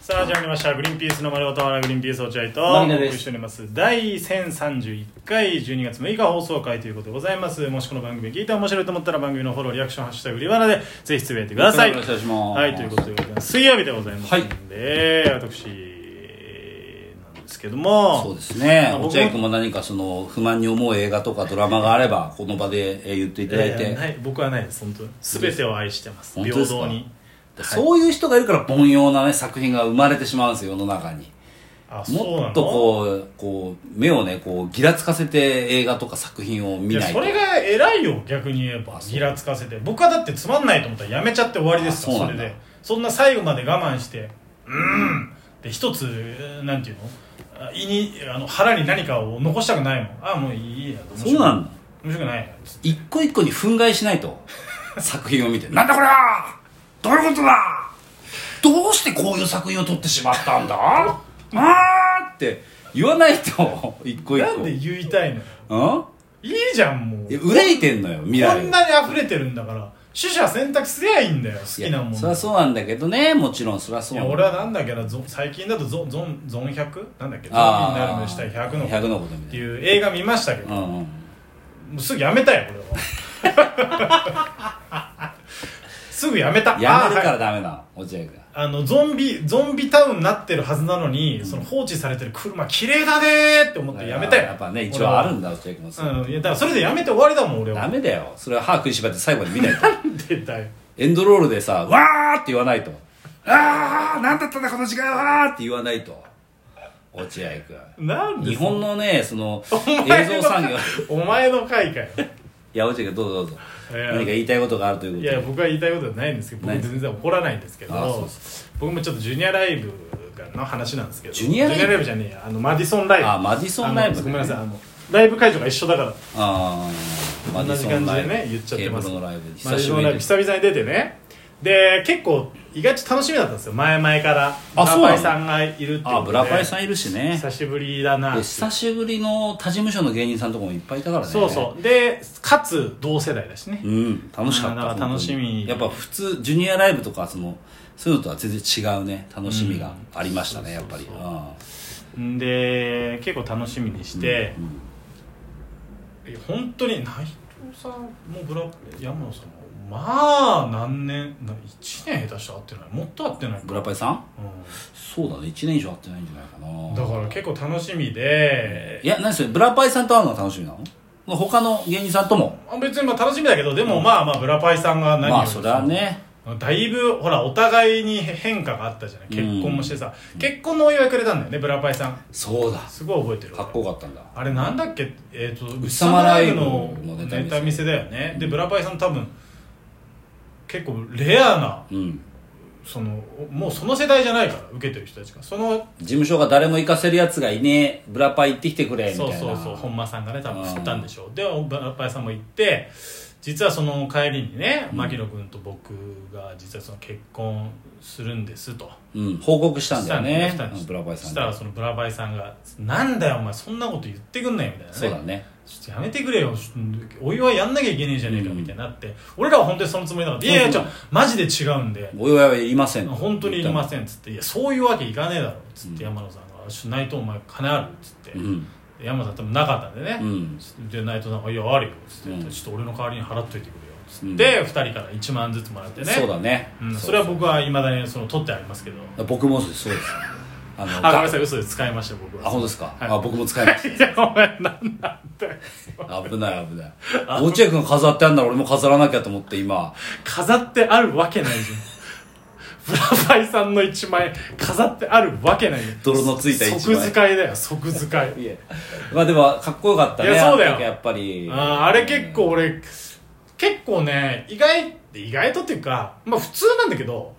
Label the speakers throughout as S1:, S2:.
S1: さあ始まりました「グリーンピースの丸ごとわらグリーンピース落合」とお
S2: 牧野
S1: 送
S2: です
S1: りしております第1031回12月6日放送回ということでございますもしこの番組聞いて面白いと思ったら番組のフォローリアクション「ハッシュタグリバナ」でぜひつぶやいてください
S2: よろしくお願いします
S1: はいということでございます水曜日でございますので、私なんですけども
S2: そうですね
S1: まあ僕も
S2: 落合君も何かその不満に思う映画とかドラマがあればこの場でえー言っていただい
S1: いやい
S2: て、
S1: やない僕はないです本当に全てを愛してます
S2: 本
S1: 平
S2: 当ですか
S1: 等に
S2: そういう人がいるから凡庸な、ね、作品が生まれてしまうんですよ世の中に
S1: あそう
S2: も
S1: な
S2: っ
S1: の
S2: とこうこう目をねこうギラつかせて映画とか作品を見
S1: や
S2: ないと
S1: それが偉いよ逆に言えばギラつかせて僕はだってつまんないと思ったらやめちゃって終わりですから
S2: あそ
S1: そう
S2: な
S1: れ
S2: んだ
S1: でそんな最後まで我慢してうーんで一つなんていうのあ胃にあの腹に何かを残したくないもんあもういいや面白く
S2: そうなんだ
S1: 面白くないやつって
S2: 一個一個に憤慨しないと作品を見て「なんだこりゃどういうことだどうしてこういう作品を撮ってしまったんだあー!」って言わないと一個一個
S1: なんで言いたいのよ
S2: うん
S1: いいじゃんもう
S2: いや憂いてんのよ未
S1: こ
S2: 来
S1: んなに溢れてるんだから取捨選択すりゃいいんだよ好きなもん
S2: いやそりゃそうなんだけどねもちろんそりゃ
S1: い
S2: そう
S1: や
S2: なんだ
S1: 俺はなんだっけなゾン最近だとゾンゾンゾン100なんだっけゾンビに
S2: あー
S1: なるのにしたい100の
S2: 100の
S1: こ
S2: こと
S1: とっ
S2: みた
S1: て
S2: い
S1: いう映画見ましたけど
S2: なうんうん
S1: もうすぐやめたよ俺は すぐやめた
S2: やめるか
S1: あーは
S2: ら
S1: い
S2: ダメな落合君
S1: あのゾンビゾンビタウンになってるはずなのに、その放置されてる車綺麗だねーって思ってやめたよ
S2: やっぱね一応あるん
S1: だ
S2: だ落合君もそう
S1: うんいやだからそれでやめて終わりだもん俺は
S2: ダメだよそれは歯食いしばって最後まで見ないと
S1: でだよ
S2: エンドロールでさ「わー!」って言わないと「あーなんだったんだこの時間は!」って言わないと落合君
S1: なんで
S2: 日本のねその
S1: お前の
S2: 映像産業
S1: お前の回かよ
S2: いや落合君どうぞどうぞ
S1: いや
S2: 何か言いたいことがあるというこ
S1: い
S2: とで
S1: や僕は言いたいことはないんですけど
S2: ない
S1: 僕全然怒らないんですけど
S2: あそうそ
S1: 僕もちょっとジュニアライブの話なんですけど
S2: ジュニアライブ
S1: じゃねえやあのマディソンライブ
S2: あマディソンライブ
S1: あのごめんなさいあのライブ会場が一緒だから
S2: ああ
S1: 同じ感じでね言っちゃってます
S2: ケーブルのライ
S1: マ
S2: ブ
S1: デ
S2: 久
S1: ィ
S2: し
S1: ソン
S2: ぶり
S1: ライ
S2: に
S1: ブ久々に出てねで結構意外と楽しみだったんですよ前々から
S2: あそう
S1: ブ
S2: なの
S1: ラパイさんがいるっていうこと
S2: あ
S1: で
S2: ブラパイさんいるしね
S1: 久しぶりだな
S2: で久しぶりの他事務所の芸人さんとかもいっぱいいたからね
S1: そうそうでかつ同世代だしね
S2: うん楽しかっ
S1: う
S2: た
S1: んだから楽しみ
S2: 本当にやっぱ普通ジュニアライブとかそのそういうのとは全然違うね楽しみがありましたね、やっぱり
S1: そううんそうそで結構楽しみにして、え本当に内藤さんもブラ山野さんもまあ何年な1年下手したら会ってないもっと会ってないか
S2: ブラパイさん
S1: う、
S2: そうだね1年以上会ってないんじゃないかなん
S1: だから結構楽しみで
S2: いや何それブラパイさんと会うのが楽しみなの他の芸人さんとも
S1: あ別にまあ楽しみだけどでもまあまあブラパイさんが何より
S2: まあそれはね
S1: だいぶほらお互いに変化があったじゃない結婚もしてさ、結婚のお祝いくれたんだよねブラパイさん
S2: そうだ
S1: すごい覚えてる
S2: かっこよかったんだ
S1: あれなんだっけえっ、と
S2: うさまライブの
S1: ネタ見せだよねでブラパイさん多分結構レアな
S2: うん
S1: そのもうその世代じゃないから受けてる人たちがその
S2: 事務所が誰も行かせるやつがいねえブラパイ行ってきてくれみたい
S1: そう
S2: な
S1: そうそう本間さんがね多分
S2: うん
S1: 振ったんでしょうでブラパイさんも行って実はその帰りにね牧野君と僕が実はその結婚するんですと
S2: うん、報告したんだよね
S1: したんだ
S2: うんブラパイさん
S1: し
S2: に
S1: たらそのブラパイさんが「なんだよお前そんなこと言ってくんない」みたいなね
S2: そうだね
S1: ちょっとやめてくれよちょっとお祝いやんなきゃいけねえじゃねえかみたいになって、俺らは本当にそのつもりだから「いやいやちょマジで違うんで
S2: お祝いはいりません
S1: 本当にいりま
S2: ん
S1: せん」っつって「いやそういうわけいかねえだろ」っつって
S2: うん
S1: 山野さんが「ちょ内藤お前金ある?」っつって、
S2: うん
S1: 山野さん多分なかったんでね、
S2: うん
S1: で内藤さんが「いやあるよ」っつって、
S2: うん
S1: ちょっと俺の代わりに払っといてくれよ」っつって、
S2: うん
S1: で2人から1万ずつもらってね
S2: そうだね
S1: うん、
S2: うう
S1: それは僕はいまだにその取ってありますけど
S2: 僕もそうですそうですあの
S1: あごめんなさ
S2: い
S1: い嘘で使いました僕は
S2: あ本当ですか
S1: はい
S2: あ僕も使いま し
S1: いやお前なんなんだよ
S2: た危ない危ない落合君飾ってあんなら俺も飾らなきゃと思って今
S1: 飾ってあるわけないじゃんブラパイさんの1枚飾ってあるわけないよ
S2: 泥のついた一枚
S1: 即使いだよ即使い
S2: まあでもかっこよかったね
S1: いやそうだよ
S2: あの時やっぱり
S1: あーあれ結構俺結構ね意外意外とっていうかまあ普通なんだけど、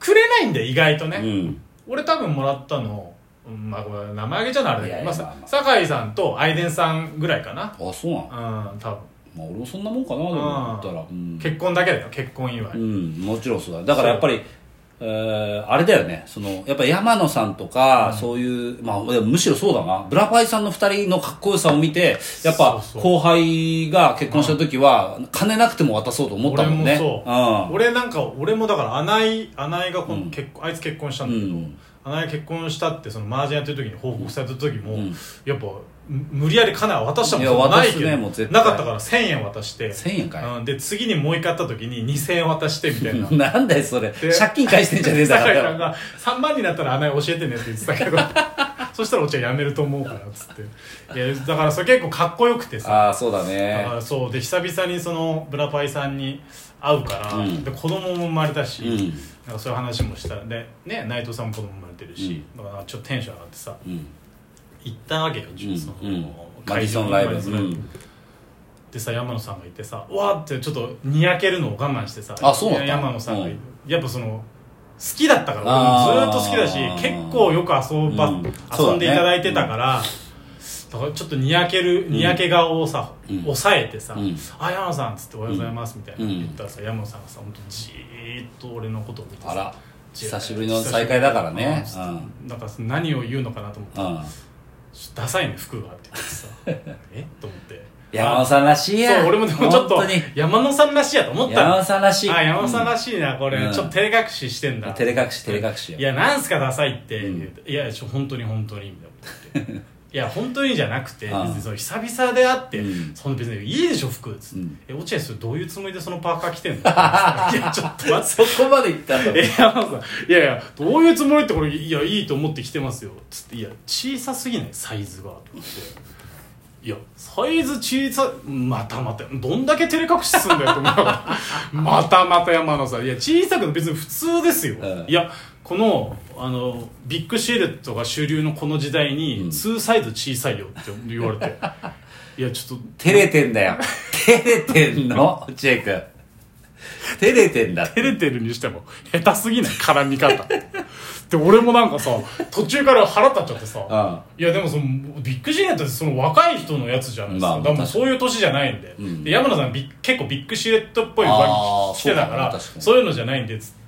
S1: くれないんだよ意外とね、
S2: うん
S1: 俺多分もらったのうんまあこれ名前あげちゃうのあれだけ
S2: いや
S1: ど
S2: い
S1: ま
S2: や
S1: あ
S2: まあ
S1: さ
S2: まあ
S1: 酒井さんと愛伝さんぐらいかな
S2: あそうなの
S1: うん多分、
S2: まあ俺もそんなもんかなと思ったらうん
S1: 結婚だけだよ結婚祝い、
S2: うん、もちろんそうだだからやっぱり、えーあれだよねそのやっぱ山野さんとか、そういう、まあ、でもむしろそうだなブラパイさんの二人のかっこよさを見てやっぱ
S1: そうそう
S2: 後輩が結婚した時は、金なくても渡そうと思ったもんね
S1: 俺もそう
S2: うん
S1: 俺なんか俺もだから穴井穴井がこの
S2: うん
S1: 結婚、あいつ結婚した
S2: うん
S1: だけど、
S2: ん
S1: 花江結婚したってその麻雀やってる時に報告された時も、
S2: うん
S1: やっぱむ無理やり金は渡したもん
S2: いや
S1: ないけ
S2: 渡すねもう
S1: ど、
S2: 絶対
S1: なかったから1000円渡して
S2: 1000円かい
S1: うん、で次にもう一回会った時に2000円渡してみたい な
S2: なんだよそれ
S1: で
S2: 借金返してんじゃねえんだか
S1: 酒井さん
S2: ら
S1: が「3万になったら穴井教えてね」って言ってたけ どそしたらお茶やめると思うからっつっていやだからそれ結構かっこよくてさ
S2: ああそうだ
S1: だ
S2: ね
S1: からそうで久々にそのブラパイさんに会うから、
S2: うん
S1: で子供も生まれたし、
S2: うん
S1: なんかそういう話もしたらで、ね、内藤さんも子供生まれてるし、だからちょっとテンション上がってさ
S2: うん
S1: 行ったわけよ、うち
S2: うん
S1: その
S2: うんマ
S1: 会
S2: ディ
S1: 場
S2: ソ
S1: に
S2: ンライブうん
S1: でさ山野さんがいてさうわーってちょっとにやけるのを我慢してさ
S2: あそうだった
S1: いや山野さんが、
S2: うん
S1: やっぱその好きだったから
S2: あー
S1: 俺もずーっと好きだし結構よく遊ば、
S2: うん
S1: 遊んでいただいてたから、だからちょっとにやけるにやけ顔をさ、
S2: うん
S1: 抑えてさ「
S2: うん
S1: あ山野さん」っつって「おはようございます」みたいな
S2: うん
S1: 言ったらさ山野さんがさ本当じーっと俺のことを見てさ
S2: あら
S1: じーっと
S2: 久しぶりの再会だからね
S1: うんなんか何を言うのかなと思って
S2: うんうん
S1: 「ダサいね服が」って言って さ「えっ?」と思って
S2: 山尾さんらしいや
S1: そう俺もでもちょっと
S2: 本当に
S1: 山野さんらしいやと思った
S2: 山尾さんらしい
S1: あ山野さん
S2: う
S1: らしいなこれ、
S2: うん
S1: ちょっと照れ隠ししてんだ
S2: 照れ隠し照れ隠し
S1: いやなんすかダサいって、
S2: うん
S1: 言うといやちょ本当に本当にみたいなこと言 っていや本当にじゃなくて別
S2: うん
S1: にその久々であって、
S2: うん
S1: その別にいいでしょ服っつって、
S2: うん
S1: え落合それどういうつもりでそのパーカー着てんのい やちょっと待って
S2: そこまでいったんだ
S1: え山本さんいやいやどういうつもりってこれいやいいと思って着てますよつっていや小さすぎないサイズがと思っていやサイズ小さまたまたどんだけ照れ隠しすんだよと思う またまた山野さんいや小さくて別に普通ですよ、
S2: うん
S1: いやこのあのビッグシルエットが主流のこの時代
S2: うん
S1: に2サイズ小さいよって言われていやちょっと
S2: 照れてんだよ照れてんの落合君照れてんだ って
S1: 照れてるにしても下手すぎない絡み方で俺もなんかさ途中から腹立っちゃってさ、いやでもそのビッグシルエットってその若い人のやつじゃないですか,、
S2: まあ
S1: だからもう
S2: 確か
S1: そういう年じゃないんで,、
S2: うん
S1: で山野さんビッ結構ビッグシルエットっぽい
S2: あ
S1: 上
S2: ー
S1: 着着てたから
S2: そうだね
S1: そう
S2: 確かに
S1: いうのじゃないんでっつって、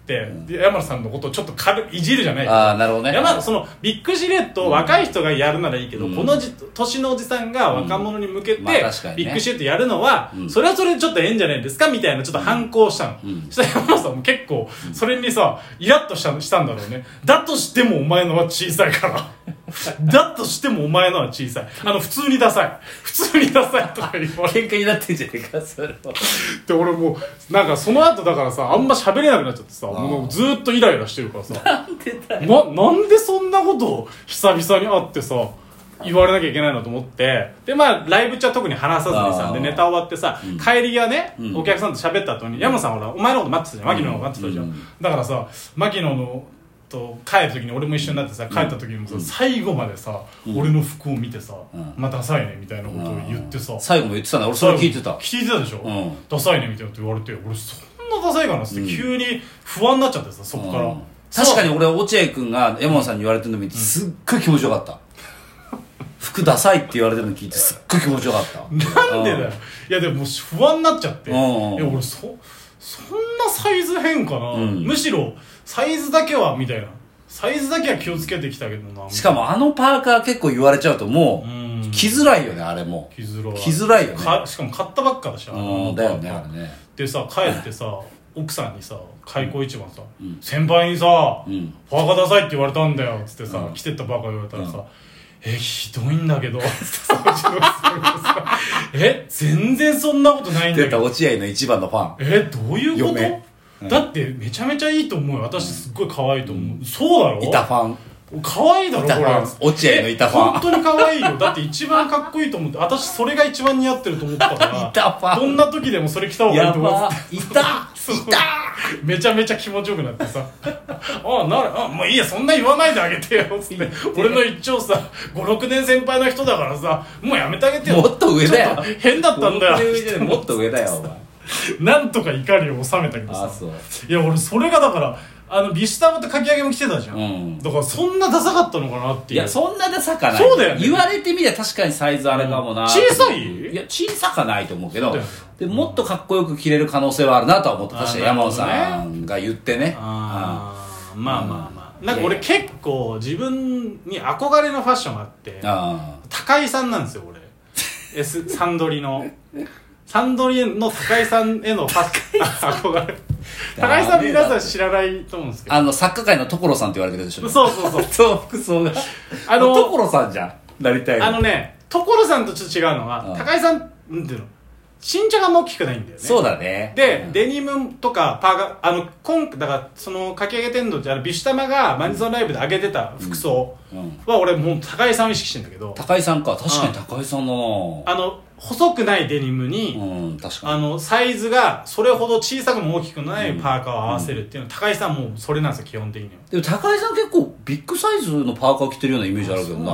S1: で山野さんのことをちょっと軽いいじるじゃない
S2: うんああなるほどね
S1: 山野そのビッグシルエットを若い人がやるならいいけど、
S2: うん
S1: このじ年のおじさんが若者に向けて、
S2: うんまあ確かにね
S1: ビッグシルエットやるのは、
S2: うん
S1: それはそれでちょっとええんじゃないですかみたいなちょっと反抗したの、
S2: うん
S1: そしたら山野さんも結構それにさイラッとしたしたんだろうねだとしてもお前のは小さいから だとしてもお前のは小さいあの普通にダサい普通にダサいとか言われて
S2: 喧嘩になってんじゃねえかそれは
S1: で俺もうなんかその後だからさあんま喋れなくなっちゃってさもうずーっとイライラしてるからさ
S2: なんでだよ
S1: ななんでそんなことを久々に会ってさ言われなきゃいけないなと思ってでまあライブ中は特に話さずに
S2: あ
S1: さ
S2: ー
S1: でネタ終わってさ、帰り際ね、
S2: うん
S1: お客さんと喋った後に、山野さんほらお前のこと待ってたじゃん牧野のこと待ってたじゃん、
S2: うん
S1: だからさ牧野のと帰る時に俺も一緒になってさ帰った時にもさ、最後までさ、俺の服を見てさ、
S2: ん
S1: まあダサいねみたいなことを言ってさ、
S2: 最後も言ってたね俺それ聞いてた
S1: 聞いてたでしょ、
S2: うん
S1: ダサいねみたいなこと言われて俺そんなダサいかなっつって急に不安になっちゃってさそこから、
S2: うん確かに俺落合君がエモンさんに言われてるの見てすっごい気持ちよかった、服ダサいって言われてるの聞いてすっごい気持ちよかった
S1: なんでだよいやでももう不安になっちゃってい
S2: うんうん
S1: や俺そそんなサイズ変かな、
S2: うん
S1: むしろサイズだけはみたいなサイズだけは気をつけてきたけどな
S2: しかもあのパーカー結構言われちゃうとも
S1: うん
S2: う着づらいよねあれも
S1: 着づらい
S2: 着づらいよね
S1: かしかも買ったばっかだしあの
S2: うんだよねあれね
S1: でさ帰ってさ奥さんにさ開口一番さ、先輩にさ、
S2: ん
S1: パーカーダサいって言われたんだよ」っつってさ、
S2: うん
S1: 来てったパーカー言われたらさ「えひどいんだけど」つってさ うちの奥さんがさえ全然そんなことないんだけ
S2: 出
S1: ど
S2: た落合の一番のファン
S1: えどういうこと
S2: 嫁うん
S1: だってめちゃめちゃいいと思うよ私すっごい可愛いと思う、そうだろ
S2: いたファン
S1: 可愛いだろ
S2: いたファン
S1: これ
S2: 落合のいたファ ン
S1: え本当に可愛いよだって一番かっこいいと思って私それが一番似合ってると思ったから
S2: いたファン
S1: どんな時でもそれ着た方がいい
S2: や
S1: と思
S2: ば
S1: って
S2: いた
S1: そうめちゃめちゃ気持ちよくなってさ ああなるあもういいやそんな言わないであげてよつって俺の一応さ56年先輩の人だからさもうやめてあげてよ
S2: もっと上だよ
S1: ちょっと変だったんだよ
S2: もっと上だよお前
S1: なんとか怒りを収めたけどさ
S2: あそう
S1: いや俺それがだからあのビシタマとかき揚げも来てたじゃん、
S2: うん
S1: だからそんなダサかったのかなって
S2: い
S1: いう
S2: やそんなダサかない
S1: そうだよね
S2: 言われてみりゃ確かにサイズあれかもな
S1: 小さい
S2: いや小さかないと思うけど
S1: そうだよ
S2: でもっとかっこよく着れる可能性はあるなとは思っ
S1: あ
S2: た
S1: ー
S2: 確かに
S1: なる
S2: 山
S1: ほ
S2: 尾
S1: どね
S2: さんが言ってね
S1: あーまあまあまあ、
S2: うん
S1: なんか俺結構自分に憧れのファッションがあって
S2: あ
S1: 高井さんなんですよ俺 S サンドリのサンドリの高井さんへのファッ憧れ高井さん皆さん知らないと思うんですけど
S2: あの作家界の所さんって言われてるでしょ
S1: そうそうそう
S2: そう服装が
S1: あの
S2: 所さんじゃんなりたい
S1: あのね所さんとちょっと違うのは、
S2: うん
S1: 高井さんなんていうの身長があんま大きくないんだよね
S2: そうだね
S1: で、
S2: うん
S1: デニムとかパーカーあの今だからそのかき上げ天丼ってあのビシュタマがマニゾンライブで上げてた服装
S2: うん
S1: は俺もう高井さんを意識してんだけど
S2: 高井さんか確かに高井さんだな
S1: あの細くないデニムに、
S2: うん確か
S1: あ
S2: に
S1: のサイズがそれほど小さくも大きくない
S2: うん
S1: パーカーを合わせるっていうのは高井さんもうそれなんですよ基本的には
S2: でも高井さん結構ビッグサイズのパーカー着てるようなイメージあるけど
S1: あそう
S2: ない
S1: な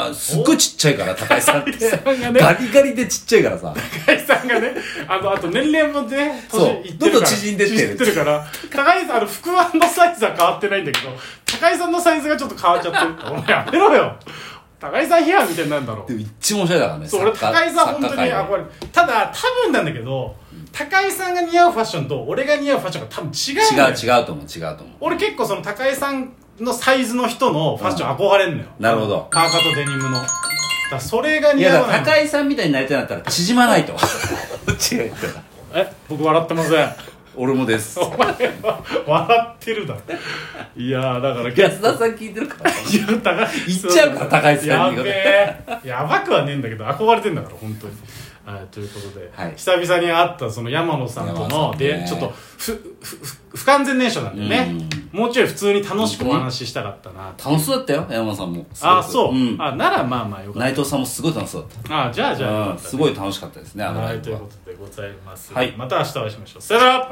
S1: の
S2: やすっごいちっちゃいから高井さんって
S1: 高井さんがね
S2: ガリガリでちっちゃいからさ
S1: 高井さんがねあのあと年齢もね年
S2: そう
S1: いってるから
S2: どんどん縮んでってる
S1: 縮から高井さんあの服はのサイズは変わってないんだけど高井さんのサイズがちょっと変わっちゃってるお前やめろよ高井さん批判みたいになるんだろう
S2: でも一番おしゃれだからね
S1: そう俺
S2: 作家
S1: 高井さん本当に
S2: 作家界の
S1: 憧れるただ多分なんだけど高井さんが似合うファッションと俺が似合うファッションが多分違うんだよ
S2: 違う違うと思う違うと思う
S1: 俺結構その高井さんのサイズの人のファッション憧れんのよ、
S2: なるほど
S1: パーカーとデニムのだからそれが
S2: い
S1: 似合
S2: やだ
S1: わ
S2: か
S1: ない
S2: ら高井さんみたいになりたいんだったら縮まな いと違う
S1: え僕笑ってません
S2: 俺もです
S1: お前は笑ってるだろ いやーだから
S2: 安田さん聞いてるから
S1: いや高い
S2: 行っちゃうから高井さんに
S1: やべえやばくはねえんだけど憧れてんだから本当に、はい、ということで、
S2: はい
S1: 久々に会ったその山野さんと
S2: 山野
S1: の
S2: さん
S1: で、
S2: ね
S1: ちょっとふふふ不完全燃焼なんでね、もうちょい普通に楽しくお話ししたかったな
S2: 楽しそうだったよ山田さんもすごく
S1: あそう、
S2: ん
S1: あならまあまあよかっ
S2: 内藤さんもすごい楽しそうだった
S1: あじゃあじゃあよ
S2: た
S1: か
S2: うん
S1: ったね
S2: すごい楽しかったですねあの
S1: は
S2: ライ
S1: いと
S2: ブ
S1: いう
S2: は
S1: ことでございます、
S2: はい
S1: また明日お会いしましょうさよなら
S2: あら